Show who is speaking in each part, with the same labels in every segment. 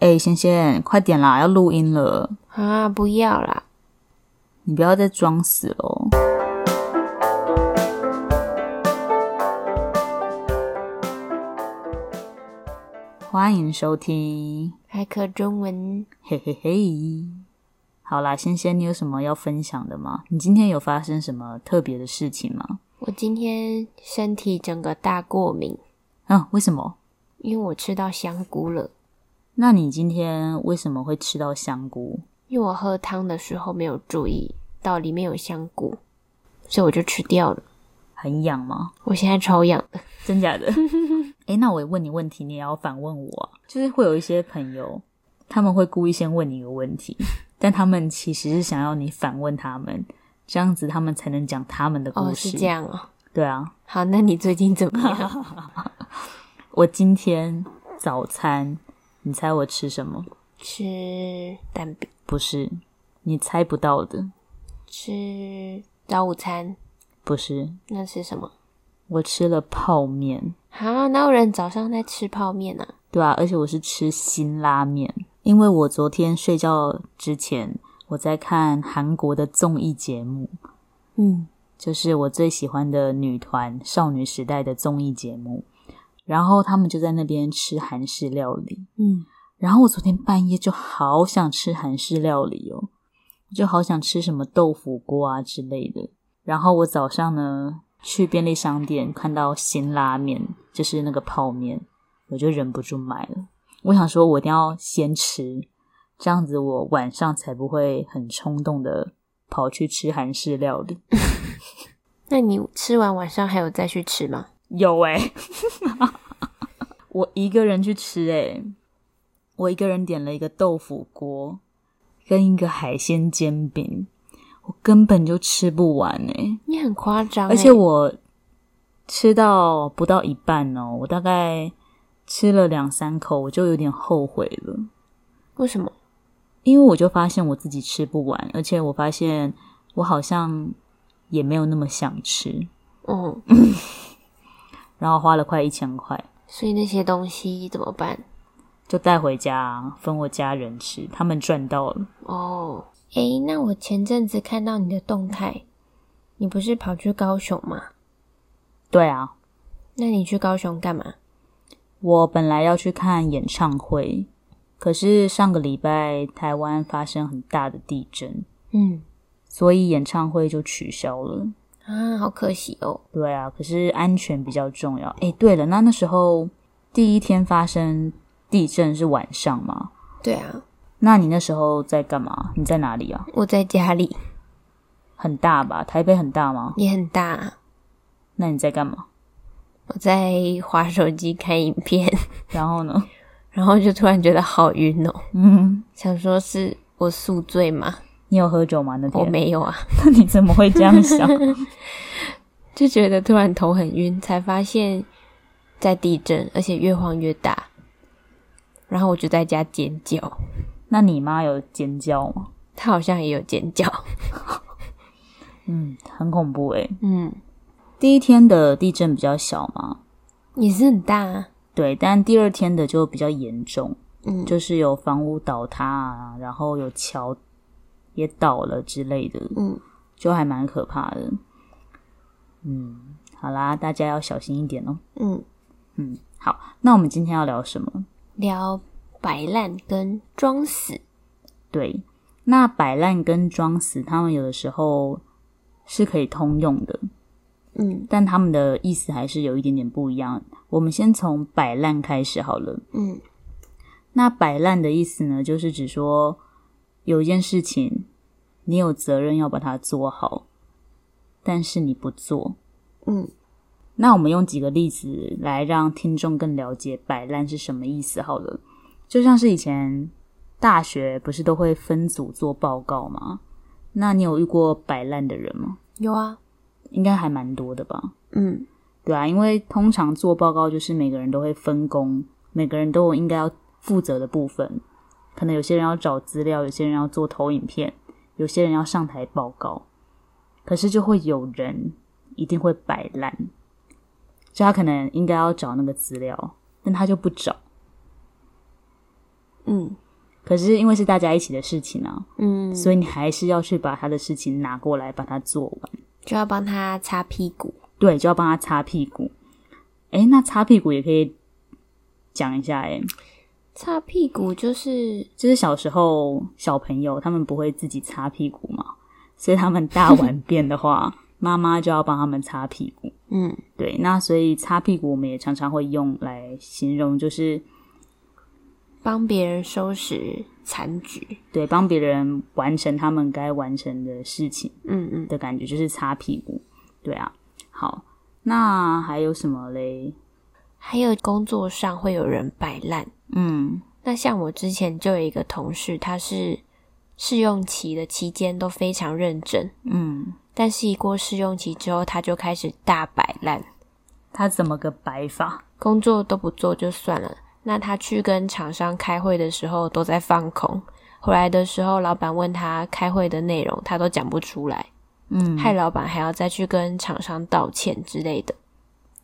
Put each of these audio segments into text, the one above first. Speaker 1: 哎、贤贤，快点啦，要录音了，
Speaker 2: 啊，不要啦！
Speaker 1: 你不要再装死喽。欢迎收听，
Speaker 2: 还可中文
Speaker 1: 嘿嘿嘿。好啦，仙仙，你有什么要分享的吗？你今天有发生什么特别的事情吗？
Speaker 2: 我今天身体整个大过敏，
Speaker 1: 嗯，为什么？
Speaker 2: 因为我吃到香菇了。
Speaker 1: 那你今天为什么会吃到香菇？
Speaker 2: 因为我喝汤的时候没有注意到里面有香菇，所以我就吃掉了。
Speaker 1: 很痒吗？
Speaker 2: 我现在超痒的，
Speaker 1: 真 假的？哎、那我也问你问题，你也要反问我啊、就是会有一些朋友，他们会故意先问你一个问 题，但他们其实是想要你反问他们，这样子他们才能讲他们的故
Speaker 2: 哦，
Speaker 1: 事。
Speaker 2: 是这。样哦。
Speaker 1: 对啊，
Speaker 2: 好，那你最近怎么 样？
Speaker 1: 我今天早餐，你猜我吃什么？
Speaker 2: 吃蛋饼，
Speaker 1: 不是，你猜不到的，
Speaker 2: 吃早午餐，
Speaker 1: 不是，
Speaker 2: 那吃什么？
Speaker 1: 我吃了泡面。
Speaker 2: 啊，哪有人早上在吃泡面啊？
Speaker 1: 对啊，而且我是吃辛拉面，因为我昨天睡觉之前我在看韩国的综艺节目，
Speaker 2: 嗯，
Speaker 1: 就是我最喜欢的女团少女时代的综艺节目，然后他们就在那边吃韩式料理，
Speaker 2: 嗯，
Speaker 1: 然后我昨天半夜就好想吃韩式料理哦，我就好想吃什么豆腐锅啊之类的。然后我早上呢去便利商店看到辛拉面，就是那个泡面，我就忍不住买了。我想说，我一定要先吃，这样子我晚上才不会很冲动的跑去吃韩式料理。
Speaker 2: 那你吃完晚上还有再去吃吗？
Speaker 1: 有哎、 我一个人去吃哎、我一个人点了一个豆腐锅跟一个海鲜煎饼，我根本就吃不完哎、
Speaker 2: 你很夸张欸、
Speaker 1: 而且我吃到不到一半哦，我大概吃了两三口，我就有点后悔了。
Speaker 2: 为什么？
Speaker 1: 因为我就发现我自己吃不完，而且我发现我好像也没有那么想吃，
Speaker 2: 嗯，
Speaker 1: 然后花了快一千块。
Speaker 2: 所以那些东西怎么办？
Speaker 1: 就带回家啊分我家人吃，他们赚到了。
Speaker 2: 哦，诶，那我前阵子看到你的动态，你不是跑去高雄吗？
Speaker 1: 对啊，
Speaker 2: 那你去高雄干嘛？
Speaker 1: 我本来要去看演唱会，可是上个礼拜台湾发生很大的地震，
Speaker 2: 嗯，
Speaker 1: 所以演唱会就取消了。
Speaker 2: 啊，好可惜哦。
Speaker 1: 对啊，可是安全比较重要。诶，对了，那那时候第一天发生地震是晚上嘛？
Speaker 2: 对啊，
Speaker 1: 那你那时候在干嘛？你在哪里啊？
Speaker 2: 我在家里
Speaker 1: 很大吧？台北很大吗？
Speaker 2: 也很大啊，
Speaker 1: 那你在干嘛？
Speaker 2: 我在划手机看影片，
Speaker 1: 然后呢？
Speaker 2: 然后就突然觉得好晕哦，
Speaker 1: 嗯，
Speaker 2: 想说是我宿醉吗？
Speaker 1: 你有喝酒吗？那
Speaker 2: 我
Speaker 1: 天？
Speaker 2: 没有啊，
Speaker 1: 那你怎么会这样想？
Speaker 2: 就觉得突然头很晕，才发现在地震，而且越晃越大，然后我就在家尖叫。
Speaker 1: 那你妈有尖叫吗？
Speaker 2: 他好像也有尖叫。
Speaker 1: 嗯，很恐怖诶、
Speaker 2: 嗯，
Speaker 1: 第一天的地震比较小嘛，
Speaker 2: 也是很大、啊。
Speaker 1: 对，但第二天的就比较严重，
Speaker 2: 嗯，
Speaker 1: 就是有房屋倒塌啊，然后有桥也倒了之类的，
Speaker 2: 嗯，
Speaker 1: 就还蛮可怕的。嗯，好啦，大家要小心一点哦。
Speaker 2: 嗯，
Speaker 1: 嗯，好，那我们今天要聊什么？
Speaker 2: 聊摆烂跟装死。
Speaker 1: 对，那摆烂跟装死，他们有的时候是可以通用的，
Speaker 2: 嗯
Speaker 1: 但他们的意思还是有一点点不一样。我们先从摆烂开始好了。
Speaker 2: 嗯
Speaker 1: 那摆烂的意思呢，就是指说有一件事情，你有责任要把它做好，但是你不做。
Speaker 2: 嗯，
Speaker 1: 那我们用几个例子来让听众更了解摆烂是什么意思好了。就像是以前大学不是都会分组做报告吗？那你有遇过摆烂的人吗？
Speaker 2: 有啊。
Speaker 1: 应该还蛮多的吧。
Speaker 2: 嗯
Speaker 1: 对啊，因为通常做报告就是每个人都会分工，每个人都有应该要负责的部分。可能有些人要找资料，有些人要做投影片，有些人要上台报告。可是就会有人一定会摆烂，就他可能应该要找那个资料，但他就不找。
Speaker 2: 嗯
Speaker 1: 可是因为是大家一起的事情啊，
Speaker 2: 嗯，
Speaker 1: 所以你还是要去把他的事情拿过来，把它做完。
Speaker 2: 就要帮他擦屁股。
Speaker 1: 对，就要帮他擦屁股。诶，那擦屁股也可以讲一下、诶，
Speaker 2: 擦屁股就是
Speaker 1: 就是小时候小朋友他们不会自己擦屁股嘛，所以他们大晚便的话，妈妈就要帮他们擦屁股。
Speaker 2: 嗯
Speaker 1: 对，那所以擦屁股我们也常常会用来形容，就是
Speaker 2: 帮别人收拾残局。
Speaker 1: 对帮别人完成他们该完成的事情。
Speaker 2: 嗯嗯，
Speaker 1: 的感觉，就是擦屁股。对啊，好，那还有什么嘞？
Speaker 2: 还有工作上会有人摆烂。
Speaker 1: 嗯
Speaker 2: 那像我之前就有一个同事，他是试用期的期间都非常认真，
Speaker 1: 嗯，
Speaker 2: 但是一过试用期之后，他就开始大摆烂，
Speaker 1: 他怎么个摆法？
Speaker 2: 工作都不做就算了。那他去跟厂商开会的时候都在放空，回来的时候老板问他开会的内容，他都讲不出来，
Speaker 1: 嗯，
Speaker 2: 害老板还要再去跟厂商道歉之类的。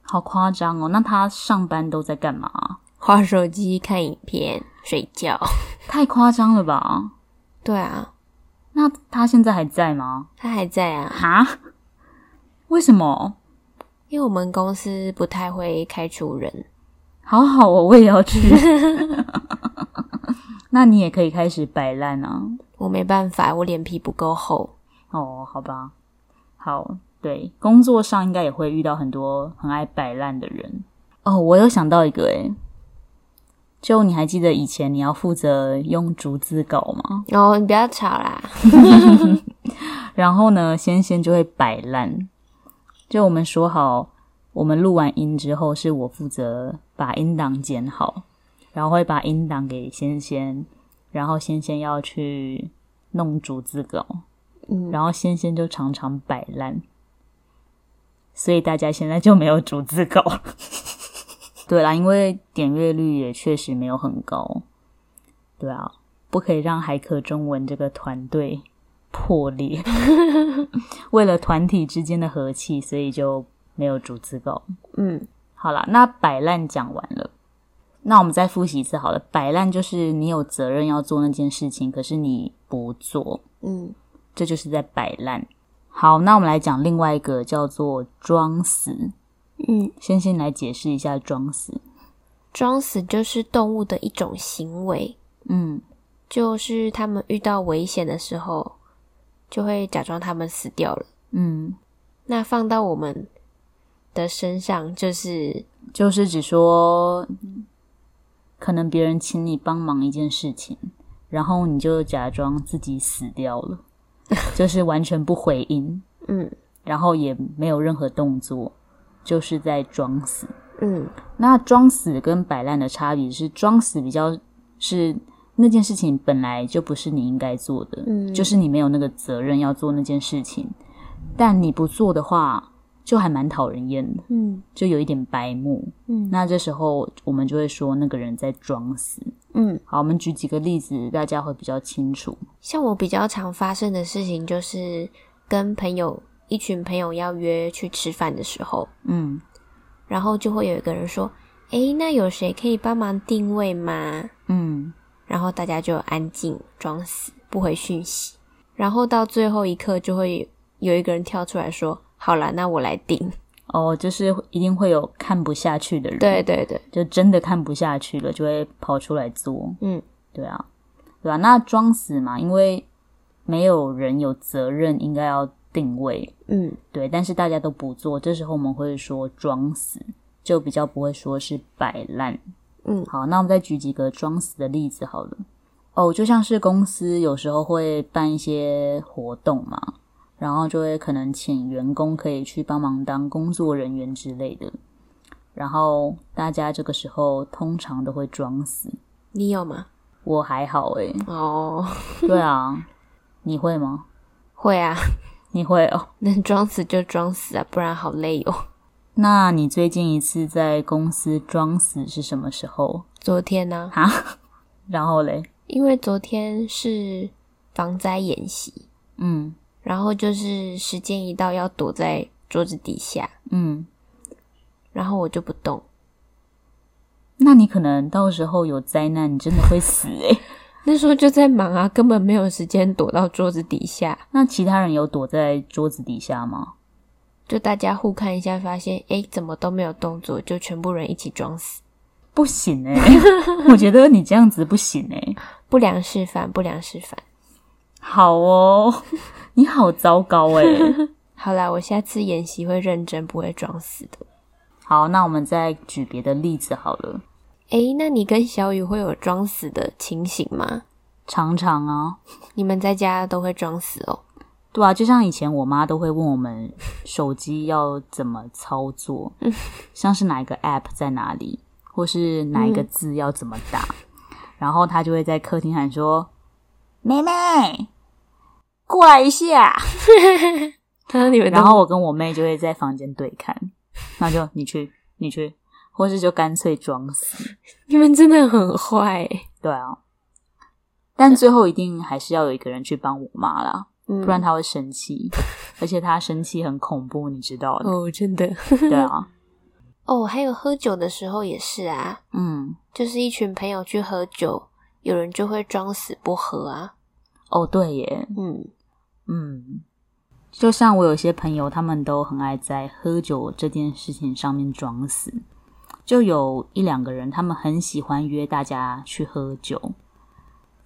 Speaker 1: 好夸张哦！那他上班都在干嘛？
Speaker 2: 划手机、看影片、睡觉。
Speaker 1: 太夸张了吧？
Speaker 2: 对啊，
Speaker 1: 那他现在还在吗？
Speaker 2: 他还在啊，
Speaker 1: 哈？为什么？
Speaker 2: 因为我们公司不太会开除人。
Speaker 1: 好好哦，我也要去。 那你也可以开始摆烂啊。
Speaker 2: 我没办法，我脸皮不够厚。
Speaker 1: 哦，好吧，好，对，工作上应该也会遇到很多很爱摆烂的人。哦，我有想到一个诶，就你还记得以前你要负责用逐字稿吗？
Speaker 2: 哦，你不要吵啦。
Speaker 1: 然后呢，仙仙就会摆烂。就我们说好，我们录完音之后是我负责把音档剪好，然后会把音档给仙仙，然后仙仙要去弄逐字稿，
Speaker 2: 嗯，
Speaker 1: 然后仙仙就常常摆烂，所以大家现在就没有逐字稿 了。对啦，因为点阅率也确实没有很高。对啊，不可以让海可中文这个团队破裂。为了团体之间的和气，所以就没有逐字稿。
Speaker 2: 嗯，
Speaker 1: 好啦，那摆烂讲完了，那我们再复习一次好了。摆烂就是你有责任要做那件事情，可是你不做。
Speaker 2: 嗯，
Speaker 1: 这就是在摆烂。好，那我们来讲另外一个叫做装死。
Speaker 2: 嗯，
Speaker 1: 先先来解释一下装死。
Speaker 2: 装死就是动物的一种行为，
Speaker 1: 嗯，
Speaker 2: 就是他们遇到危险的时候，就会假装他们死掉了。
Speaker 1: 嗯，
Speaker 2: 那放到我们的身上，就是
Speaker 1: 就是指说，可能别人请你帮忙一件事情，然后你就假装自己死掉了， 就是完全不回应，
Speaker 2: 嗯
Speaker 1: 然后也没有任何动作，就是在装死。
Speaker 2: 嗯
Speaker 1: 那装死跟摆烂的差别是，装死比较是那件事情本来就不是你应该做的，
Speaker 2: 嗯
Speaker 1: 就是你没有那个责任要做那件事情，但你不做的话，就还蛮讨人厌的，
Speaker 2: 嗯
Speaker 1: 就有一点白目。
Speaker 2: 嗯
Speaker 1: 那这时候我们就会说那个人在装死。
Speaker 2: 嗯，
Speaker 1: 好，我们举几个例子，大家会比较清楚。
Speaker 2: 像我比较常发生的事情，就是跟朋友一群朋友要约去吃饭的时候，
Speaker 1: 嗯
Speaker 2: 然后就会有一个人说：“诶，那有谁可以帮忙定位吗
Speaker 1: 嗯，？”
Speaker 2: 然后大家就安静装死不回讯息，然后到最后一刻就会有一个人跳出来说：“好啦，那我来定。
Speaker 1: 哦，就是一定会有看不下去的”人，
Speaker 2: 对对对，
Speaker 1: 就真的看不下去了，就会跑出来做。
Speaker 2: 嗯
Speaker 1: 对啊，对啊，那装死嘛，因为没有人有责任应该要定位，
Speaker 2: 嗯
Speaker 1: 对，但是大家都不做，这时候我们会说装死，就比较不会说是摆烂。
Speaker 2: 嗯
Speaker 1: 好，那我们再举几个装死的例子好了。哦，就像是公司有时候会办一些活动嘛，然后就会可能请员工可以去帮忙当工作人员之类的，然后大家这个时候通常都会装死。
Speaker 2: 你有吗？
Speaker 1: 我还好诶、
Speaker 2: 哦，
Speaker 1: 对啊，你会吗？
Speaker 2: 会啊，
Speaker 1: 你会哦。
Speaker 2: 能装死就装死啊，不然好累哦。
Speaker 1: 那你最近一次在公司装死是什么时候
Speaker 2: 昨天呢、
Speaker 1: 哈， 然后嘞，
Speaker 2: 因为昨天是防灾演习，
Speaker 1: 嗯
Speaker 2: 然后就是时间一到要躲在桌子底下，
Speaker 1: 嗯，
Speaker 2: 然后我就不动，
Speaker 1: 那你可能到时候有灾难，你真的会死欸诶、
Speaker 2: 那时候就在忙啊，根本没有时间躲到桌子底下。
Speaker 1: 那其他人有躲在桌子底下吗？
Speaker 2: 就大家互看一下，发现诶怎么都没有动作，就全部人一起装死。
Speaker 1: 不行诶、 我觉得你这样子不行诶、
Speaker 2: 不良示范，不良示范。
Speaker 1: 好哦， 你好糟糕欸诶、
Speaker 2: 好啦，我下次演习会认真，不会装死的。
Speaker 1: 好，那我们再举别的例子好了。
Speaker 2: 诶，那你跟小雨会有装死的情形吗？
Speaker 1: 常常啊，
Speaker 2: 你们在家都会装死哦。
Speaker 1: 对啊，就像以前我妈都会问我们手机要怎么操作， 像是哪一个 app 在哪里，或是哪一个字要怎么打，然后她就会在客厅喊说：“妹妹，过来一下。
Speaker 2: 那你”们都
Speaker 1: 然后我跟我妹就会在房间对看，那就你去，你去，或是就干脆装死。
Speaker 2: 你们真的很坏欸，
Speaker 1: 对啊，但最后一定还是要有一个人去帮我妈啦。
Speaker 2: 嗯
Speaker 1: 不然他会生气，而且他生气很恐怖，你知道的。
Speaker 2: 哦，真 的
Speaker 1: 对啊，
Speaker 2: 哦。还有喝酒的时候也是啊，
Speaker 1: 嗯，
Speaker 2: 就是一群朋友去喝酒，有人就会装死不喝啊。
Speaker 1: 哦，对耶，
Speaker 2: 嗯，
Speaker 1: 嗯，就像我有些朋友，他们都很爱在喝酒这件事情上面装死。就有一两个人，他们很喜欢约大家去喝酒，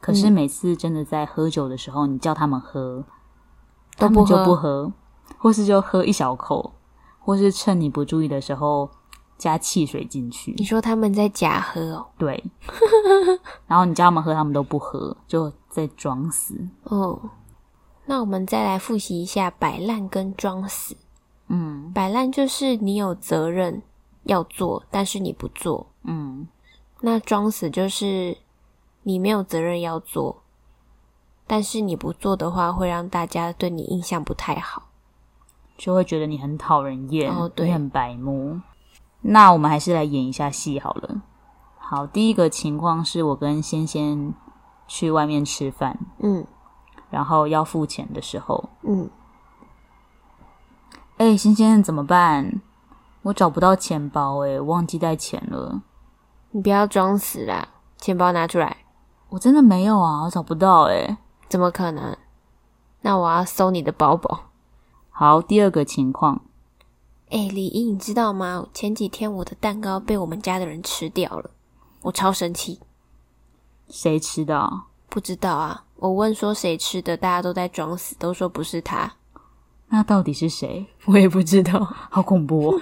Speaker 1: 可是
Speaker 2: 嗯
Speaker 1: 每次真的在喝酒的时候，你叫他们喝，
Speaker 2: 都
Speaker 1: 他
Speaker 2: 不
Speaker 1: 们就
Speaker 2: 喝
Speaker 1: 不喝，或是就喝一小口，或是趁你不注意的时候加汽水进 去。
Speaker 2: 你说他们在假喝哦？
Speaker 1: 对，然后你叫他们喝，他们都不喝，就在装死。
Speaker 2: 哦，那我们再来复习一下摆烂跟装死。
Speaker 1: 嗯
Speaker 2: 摆烂就是你有责任要做，但是你不做。
Speaker 1: 嗯
Speaker 2: 那装死就是你没有责任要做，但是你不做的话，会让大家对你印象不太好。
Speaker 1: 就会觉得你很讨人厌，
Speaker 2: 哦对
Speaker 1: 你很白目。那我们还是来演一下戏好了。好，第一个情况是我跟仙仙去外面吃饭，
Speaker 2: 嗯
Speaker 1: 然后要付钱的时候，
Speaker 2: 嗯，
Speaker 1: 哎、仙仙怎么办？我找不到钱包、哎，忘记带钱了。
Speaker 2: 你不要装死啦，钱包拿出来，
Speaker 1: 我真的没有啊，我找不到、哎。
Speaker 2: 怎么可能？那我要搜你的包包。
Speaker 1: 好，第二个情况，
Speaker 2: 哎、李一，你知道吗？前几天我的蛋糕被我们家的人吃掉了，我超生气。
Speaker 1: 谁吃的啊？
Speaker 2: 不知道啊，我问说谁吃的，大家都在装死，都说不是他。
Speaker 1: 那到底是谁？
Speaker 2: 我也不知道。
Speaker 1: 好恐怖、哦。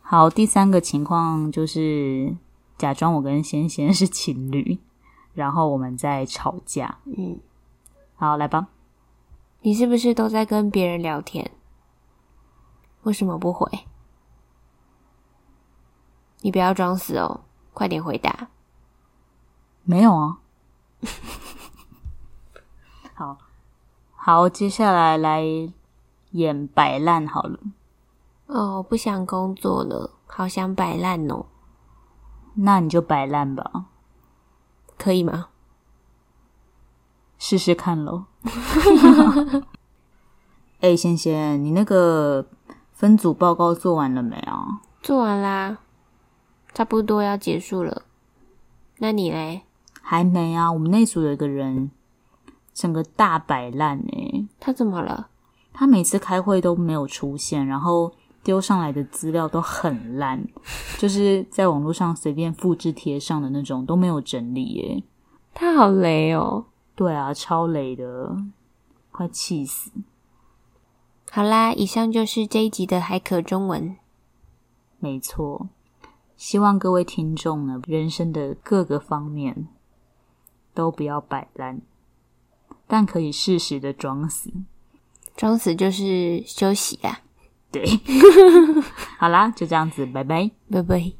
Speaker 1: 好，第三个情况就是假装我跟仙仙是情侣， 然后我们在吵架。
Speaker 2: 嗯，
Speaker 1: 好，来吧。
Speaker 2: 你是不是都在跟别人聊天？为什么不回？你不要装死哦，快点回答。
Speaker 1: 没有 啊。好好，接下来来演摆烂好了。
Speaker 2: 哦，不想工作了，好想摆烂哦，
Speaker 1: 那你就摆烂吧，
Speaker 2: 可以吗？
Speaker 1: 试试看 喽。 哎、仙仙，你那个分组报告做完了没啊？
Speaker 2: 做完啦，差不多要结束了。那你嘞？
Speaker 1: 还没啊，我们那组有一个人，整个大摆烂诶，
Speaker 2: 他怎么了？
Speaker 1: 他每次开会都没有出现，然后丢上来的资料都很烂，就是在网络上随便复制贴上的那种，都没有整理耶。
Speaker 2: 他好雷哦。
Speaker 1: 对啊，超累的，快气死！
Speaker 2: 好啦，以上就是这一集的海可中文。
Speaker 1: 没错，希望各位听众呢，人生的各个方面都不要摆烂，但可以适时的装死。
Speaker 2: 装死就是休息啊，
Speaker 1: 对，好啦，就这样子，拜拜。
Speaker 2: 拜拜。